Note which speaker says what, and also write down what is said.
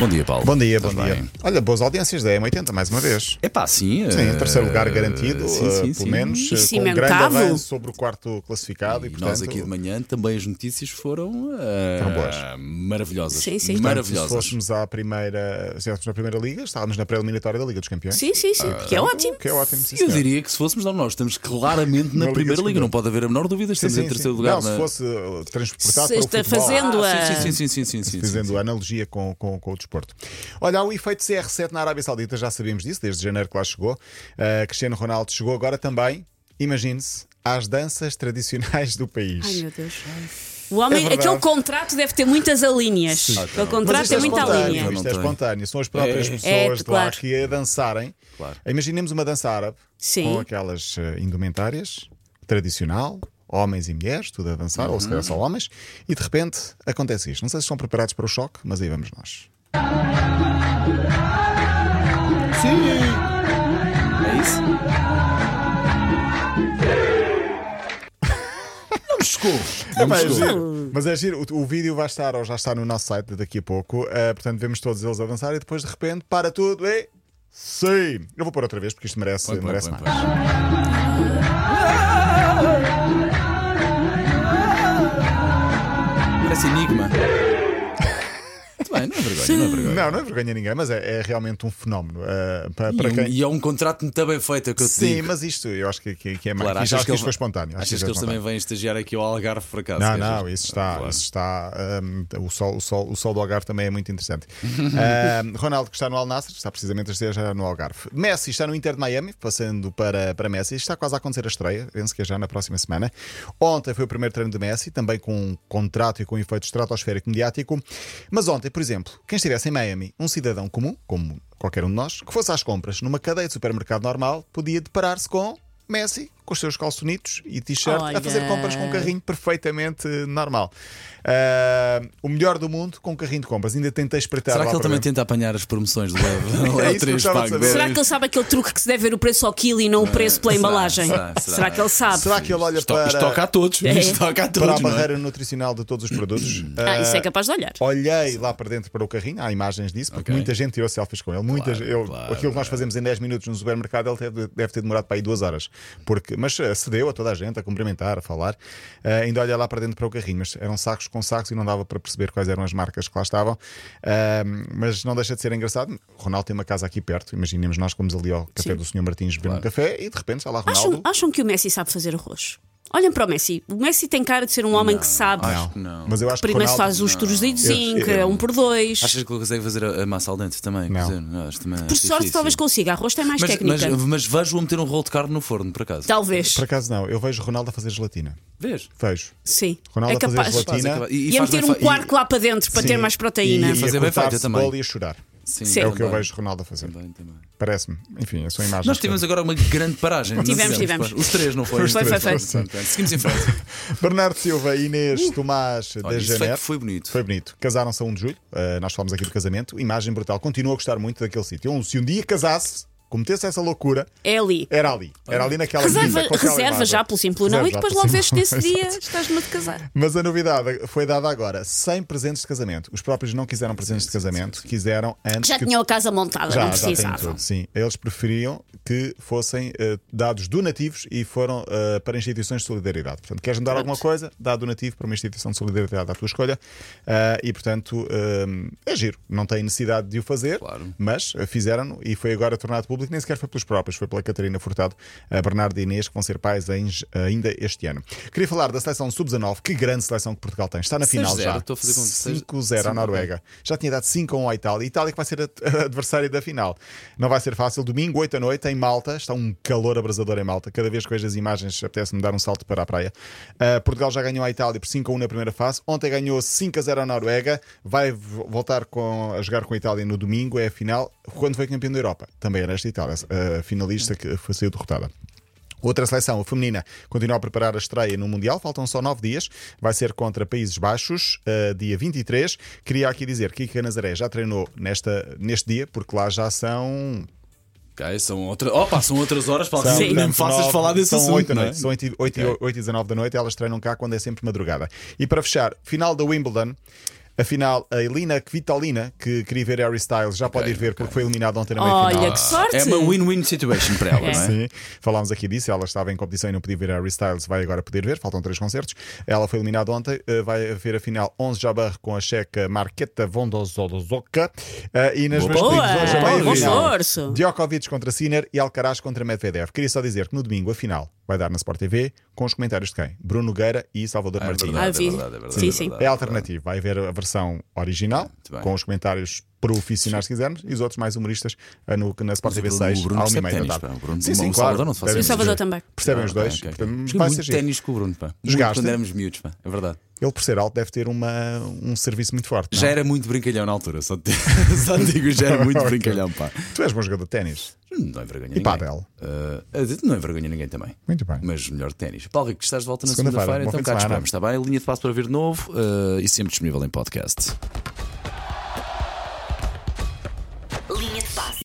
Speaker 1: Bom dia, Paulo.
Speaker 2: Bom dia,
Speaker 1: Estás
Speaker 2: bom dia.
Speaker 1: bem?
Speaker 2: Olha, boas audiências da M80, mais uma vez.
Speaker 1: É pá, sim.
Speaker 2: Sim,
Speaker 1: eh,
Speaker 2: terceiro lugar garantido,
Speaker 1: sim,
Speaker 2: eh,
Speaker 1: sim,
Speaker 2: pelo
Speaker 1: sim.
Speaker 2: menos,
Speaker 1: E
Speaker 2: eh, com um grande
Speaker 3: cimentado.
Speaker 2: avanço sobre o quarto classificado. E, portanto,
Speaker 1: nós aqui de manhã também as notícias foram, eh,
Speaker 2: Foram boas.
Speaker 1: maravilhosas.
Speaker 3: Sim, sim.
Speaker 2: se
Speaker 1: Maravilhosas.
Speaker 2: fôssemos à primeira, se estivéssemos na primeira liga, estávamos na pré-eliminatória da Liga dos Campeões.
Speaker 3: Sim, sim, sim, porque é ótimo.
Speaker 2: O que é ótimo. sim,
Speaker 1: Eu
Speaker 2: senhor.
Speaker 1: diria que se fôssemos, não, nós estamos claramente na
Speaker 2: Na Liga
Speaker 1: primeira
Speaker 2: dos
Speaker 1: liga, não pode haver a menor dúvida,
Speaker 2: Sim,
Speaker 1: estamos
Speaker 2: sim,
Speaker 1: em
Speaker 2: sim.
Speaker 1: terceiro lugar.
Speaker 2: Não, se
Speaker 1: na-
Speaker 2: fosse eh, transportado
Speaker 3: Se
Speaker 2: para
Speaker 3: está
Speaker 2: o futebol,
Speaker 3: fazendo
Speaker 1: Ah,
Speaker 3: a-
Speaker 1: sim, sim, sim, sim, sim, sim, sim,
Speaker 2: Fazendo
Speaker 1: sim.
Speaker 2: a analogia com, com, com o desporto. Olha, há o efeito CR7 na Arábia Saudita, já sabíamos disso, desde janeiro que lá chegou. Uh, Cristiano Ronaldo chegou agora também, imagine-se, às danças tradicionais do país.
Speaker 3: Ai meu Deus. O homem,
Speaker 2: É verdade.
Speaker 3: aquele contrato deve ter muitas alíneas. Aquele contrato
Speaker 2: isto é
Speaker 3: tem muita
Speaker 2: espontâneo,
Speaker 3: linha.
Speaker 1: Não
Speaker 2: Isto é
Speaker 1: tem.
Speaker 2: espontâneo. São as próprias
Speaker 1: É.
Speaker 2: pessoas de lá
Speaker 3: claro.
Speaker 2: que a dançarem.
Speaker 1: Claro.
Speaker 2: Imaginemos uma dança árabe
Speaker 3: Sim.
Speaker 2: com aquelas eh, indumentárias tradicional, homens e mulheres, tudo a dançar, ou se
Speaker 1: Uhum.
Speaker 2: calhar só homens, e de repente acontece isto. Não sei se estão preparados para o choque, mas aí vamos nós.
Speaker 1: É isso? Não me chegou. Não me
Speaker 2: Mas, é
Speaker 1: chegou.
Speaker 2: giro. Mas é giro, o, o vídeo vai estar ou já está no nosso site daqui a pouco. eh, portanto, vemos todos eles a dançar e depois de repente para tudo e. Sim! Eu vou pôr outra vez porque isto merece,
Speaker 1: Põe, põe,
Speaker 2: merece
Speaker 1: põe,
Speaker 2: mais.
Speaker 1: põe. Parece enigma. Muito bem, não é vergonha, não é vergonha.
Speaker 2: Não, não é vergonha a ninguém, mas é, é realmente um fenómeno. eh, para,
Speaker 1: E,
Speaker 2: para
Speaker 1: um-
Speaker 2: quem...
Speaker 1: e é um contrato muito bem feito, é o que eu te
Speaker 2: Sim,
Speaker 1: digo.
Speaker 2: mas isto eu acho que, que, que é mais.
Speaker 1: Claro,
Speaker 2: Claro, acho que
Speaker 1: ele
Speaker 2: isto foi
Speaker 1: vai-
Speaker 2: espontâneo. acho
Speaker 1: Achas que
Speaker 2: isto
Speaker 1: eles
Speaker 2: foi
Speaker 1: também vêm estagiar aqui ao Algarve para cá? se
Speaker 2: Não,
Speaker 1: achas?
Speaker 2: não, isso está.
Speaker 1: Claro.
Speaker 2: Isso está hum, o, sol, o, sol, o sol do Algarve também é muito interessante. Hum, Ronaldo, que está no Al Nassr, está precisamente a esteja no Algarve. Messi está no Inter de Miami, passando para, para Messi. Está quase a acontecer a estreia, penso que é já na próxima semana. Ontem foi o primeiro treino de Messi, também com um contrato e com um efeito estratosférico mediático. Mas ontem, por exemplo, quem estivesse em Miami, um cidadão comum, como qualquer um de nós, que fosse às compras numa cadeia de supermercado normal, podia deparar-se com. Messi, com os seus calçonitos e t-shirt, a fazer
Speaker 3: Olha.
Speaker 2: compras com um carrinho carrinho perfeitamente eh, normal. Ah, o melhor do mundo com um carrinho de compras. Ainda tentei espreitar
Speaker 1: Será
Speaker 2: lá
Speaker 1: que ele
Speaker 2: para
Speaker 1: também
Speaker 2: dentro.
Speaker 1: tenta apanhar as promoções do Leve? Leve
Speaker 2: É isso que eu
Speaker 1: 3
Speaker 2: gostava de
Speaker 1: pago
Speaker 2: saber.
Speaker 1: dez?
Speaker 3: Será que ele sabe aquele truque que se deve ver o preço ao quilo e não o preço pela
Speaker 1: será,
Speaker 3: embalagem?
Speaker 1: será,
Speaker 3: Será,
Speaker 1: será.
Speaker 3: que ele sabe?
Speaker 2: É, Será que ele olha
Speaker 1: Isto,
Speaker 2: para,
Speaker 1: isto toca a todos.
Speaker 3: É.
Speaker 1: Isto toca a todos.
Speaker 2: para a
Speaker 1: não é?
Speaker 2: barreira nutricional de todos os produtos?
Speaker 3: Ah,
Speaker 2: Ah,
Speaker 3: isso é capaz de olhar.
Speaker 2: Olhei lá para dentro para o carrinho, há imagens disso, porque
Speaker 1: Ok.
Speaker 2: muita gente tirou selfies com ele. Muita,
Speaker 1: Claro,
Speaker 2: eu-
Speaker 1: claro, é.
Speaker 2: aquilo que nós fazemos em 10 minutos no supermercado, ele deve, deve ter demorado para aí duas horas. Porque, mas eh, cedeu a toda a gente, a cumprimentar, a falar. Eh, ainda olha lá para dentro para o carrinho, mas eram sacos com sacos e não dava para perceber quais eram as marcas que lá estavam. Ah, mas não deixa de ser engraçado. Ronaldo tem uma casa aqui perto, imaginemos nós como ali ao café
Speaker 3: Sim.
Speaker 2: do Sr. Martins beber um café e de repente está lá Ronaldo.
Speaker 3: Acham, acham que o Messi sabe fazer arroz? Olhem para o Messi. O Messi tem cara de ser um homem que sabe.
Speaker 1: acho que não.
Speaker 2: Mas eu acho que
Speaker 3: Primeiro
Speaker 2: Ronaldo...
Speaker 3: faz os torzidos,
Speaker 2: Eu-
Speaker 3: que é um por dois.
Speaker 1: Achas que ele consegue fazer a, a massa al dente também? Quer
Speaker 2: Não.
Speaker 1: dizer, não, acho também é
Speaker 3: por sorte, talvez consiga. Arroz tem mais
Speaker 1: mas, mas,
Speaker 3: técnica.
Speaker 1: mas vejo-o a meter um rolo de carne no forno, por acaso.
Speaker 3: Talvez.
Speaker 2: Por acaso não, eu vejo Ronaldo a fazer gelatina.
Speaker 1: Vês?
Speaker 2: Vejo.
Speaker 3: Sim.
Speaker 2: Ronaldo
Speaker 3: é
Speaker 2: a fazer
Speaker 3: capaz.
Speaker 2: gelatina.
Speaker 1: Faz acabar-
Speaker 3: E a
Speaker 1: faz
Speaker 3: meter
Speaker 1: bem
Speaker 3: um
Speaker 1: fe-
Speaker 3: quarco lá para dentro para ter
Speaker 2: Sim,
Speaker 3: mais proteína.
Speaker 2: E,
Speaker 1: fazer
Speaker 2: fazer
Speaker 1: bem
Speaker 2: bem
Speaker 1: feita também.
Speaker 2: e a chorar.
Speaker 1: Sim,
Speaker 3: Sim.
Speaker 2: É o que eu
Speaker 1: também.
Speaker 2: vejo Ronaldo a fazer.
Speaker 1: Também, também.
Speaker 2: Parece-me. Enfim, a sua imagem.
Speaker 1: Nós tivemos agora uma grande paragem. não
Speaker 3: Tivemos,
Speaker 1: fizemos,
Speaker 3: tivemos.
Speaker 1: pá. Os três, não foi?
Speaker 3: Os Foi, três, foi,
Speaker 2: foi.
Speaker 1: Portanto, Seguimos em frente.
Speaker 2: Bernardo Silva, Inês Tomás
Speaker 1: Uh! Olha,
Speaker 2: da
Speaker 1: isso foi,
Speaker 2: Janeiro.
Speaker 1: que foi bonito.
Speaker 2: Foi bonito. Casaram-se a 1 de julho. Uh, nós falamos aqui do casamento. Imagem brutal. Continuo a gostar muito daquele sítio. Um- Se um dia casasse, cometesse essa loucura,
Speaker 3: É ali.
Speaker 2: era ali. Era ali naquela
Speaker 3: Reserva,
Speaker 2: quinta, com aquela
Speaker 3: reserva
Speaker 2: imagem.
Speaker 3: já pelo simples não
Speaker 2: Reserva
Speaker 3: e
Speaker 2: já
Speaker 3: depois
Speaker 2: pelo
Speaker 3: logo vês
Speaker 2: simples
Speaker 3: nesse dia estás numa de casar.
Speaker 2: Mas a novidade foi dada agora: sem presentes de casamento. Os próprios não quiseram presentes de casamento, quiseram antes
Speaker 3: Já
Speaker 2: que
Speaker 3: tinham a casa montada,
Speaker 2: já
Speaker 3: não
Speaker 2: tem
Speaker 3: precisava.
Speaker 2: tudo, sim. Eles preferiam que fossem eh, dados donativos e foram eh, para instituições de solidariedade. Portanto, queres mudar alguma coisa? Dá donativo para uma instituição de solidariedade à tua escolha. Ah, e, portanto, eh, é giro. Não têm necessidade de o fazer,
Speaker 1: Claro.
Speaker 2: mas eh, fizeram-no e foi agora tornado público. Nem sequer foi pelos próprios, foi pela Catarina Furtado, a Bernardo e Inês, que vão ser pais em- ainda este ano. Queria falar da seleção sub-19. Que grande seleção que Portugal tem. Está na final
Speaker 1: 6-0,
Speaker 2: já.
Speaker 1: estou a fazer conta.
Speaker 2: 5-0 à
Speaker 1: 5-0.
Speaker 2: Noruega. Noruega. Já tinha dado 5 a 1 à Itália. Itália que vai ser a- a adversária da final. Não vai ser fácil. Domingo, 8 da noite, em Malta. Está um calor abrasador em Malta. Cada vez que vejo as imagens, apetece-me dar um salto para a praia. Ah, Portugal já ganhou a Itália por 5 a 1 na primeira fase. Ontem ganhou 5 a 0 à Noruega. Vai v- voltar com- a jogar com a Itália no domingo. É a final. Quando foi campeão da Europa? Também era esta Itália, a finalista que foi, saiu derrotada. Outra seleção, a feminina, continua a preparar a estreia no Mundial, faltam só nove dias, vai ser contra Países Baixos, eh, dia 23. Queria aqui dizer que Kika Nazaré já treinou nesta, neste dia, porque lá já são.
Speaker 1: Ok, são, outra... Opa, são outras horas, Paulo.
Speaker 2: são,
Speaker 1: Não-
Speaker 3: Sim.
Speaker 1: Não me
Speaker 2: portanto,
Speaker 1: faças
Speaker 2: nove-
Speaker 1: falar desse
Speaker 2: são
Speaker 1: assunto.
Speaker 2: oito da
Speaker 1: não é?
Speaker 2: noite, São 8 e, 8 e 19 da noite, elas treinam cá quando é sempre madrugada. E para fechar, final da Wimbledon. Afinal, a Elina Kvitolina, que queria ver Harry Styles, já pode
Speaker 1: Ok,
Speaker 2: ir ver porque foi eliminada ontem na meia final.
Speaker 3: Olha, que sorte!
Speaker 1: É uma win-win situation para ela,
Speaker 3: É.
Speaker 1: não é?
Speaker 2: Sim, falámos aqui disso. Ela estava em competição e não podia ver a Harry Styles, vai agora poder ver. Faltam três concertos. Ela foi eliminada ontem, eh, vai ver a final 11 Jabar com a checa Marqueta Vondozodozoka. eh, E nas
Speaker 1: Boa.
Speaker 3: Boa!
Speaker 2: masculinas, hoje a meia
Speaker 3: Bom
Speaker 2: final.
Speaker 3: esforço!
Speaker 2: Djokovic contra Sinner e Alcaraz contra Medvedev. Queria só dizer que no domingo a final vai dar na Sport TV com os comentários de quem? Bruno Nogueira e Salvador
Speaker 1: Ah, é
Speaker 2: Martins.
Speaker 1: verdade,
Speaker 3: Ah, vi.
Speaker 1: é verdade, é verdade,
Speaker 3: Sim,
Speaker 1: é
Speaker 3: sim.
Speaker 1: verdade.
Speaker 2: É alternativo. Vai haver a versão original,
Speaker 1: Muito bem.
Speaker 2: com os comentários profissionais, se quisermos, e os outros mais humoristas ah, no, na Sport TV
Speaker 1: Mas o
Speaker 2: 6,
Speaker 1: Bruno
Speaker 2: à 1
Speaker 1: percebe
Speaker 2: e meia
Speaker 1: ténis,
Speaker 2: da
Speaker 1: pá.
Speaker 2: tarde.
Speaker 1: O Bruno-
Speaker 2: sim,
Speaker 1: o
Speaker 2: sim,
Speaker 1: Salvador
Speaker 2: claro.
Speaker 1: não se faz
Speaker 2: Devem
Speaker 3: E o
Speaker 1: Vamos
Speaker 3: Salvador
Speaker 1: ver.
Speaker 3: também.
Speaker 2: Percebem os
Speaker 1: Ok,
Speaker 2: dois?
Speaker 1: ok, ok.
Speaker 2: Portanto,
Speaker 1: Joguei
Speaker 2: vai
Speaker 1: muito
Speaker 2: ser giro.
Speaker 1: ténis com o Bruno, pá. Muito
Speaker 2: Jogaste?
Speaker 1: Quando éramos miúdos, pá. É verdade.
Speaker 2: Ele, por ser alto, deve ter uma, um serviço muito forte. não
Speaker 1: Já
Speaker 2: é?
Speaker 1: era muito brincalhão na altura, só te, só te digo, já era muito brincalhão, pá.
Speaker 2: Tu és bom jogador de ténis.
Speaker 1: Não envergonha ninguém.
Speaker 2: E pádel?
Speaker 1: Ah, não envergonha ninguém também.
Speaker 2: Muito bem.
Speaker 1: Mas melhor ténis. Paulo Rico, estás de volta na segunda-feira,
Speaker 2: Segunda-feira, bom
Speaker 1: então
Speaker 2: fim de
Speaker 1: cá te
Speaker 2: semana.
Speaker 1: esperamos, está bem? Linha de passo para ver de novo ah, e sempre disponível em podcast.
Speaker 4: Linha de passe.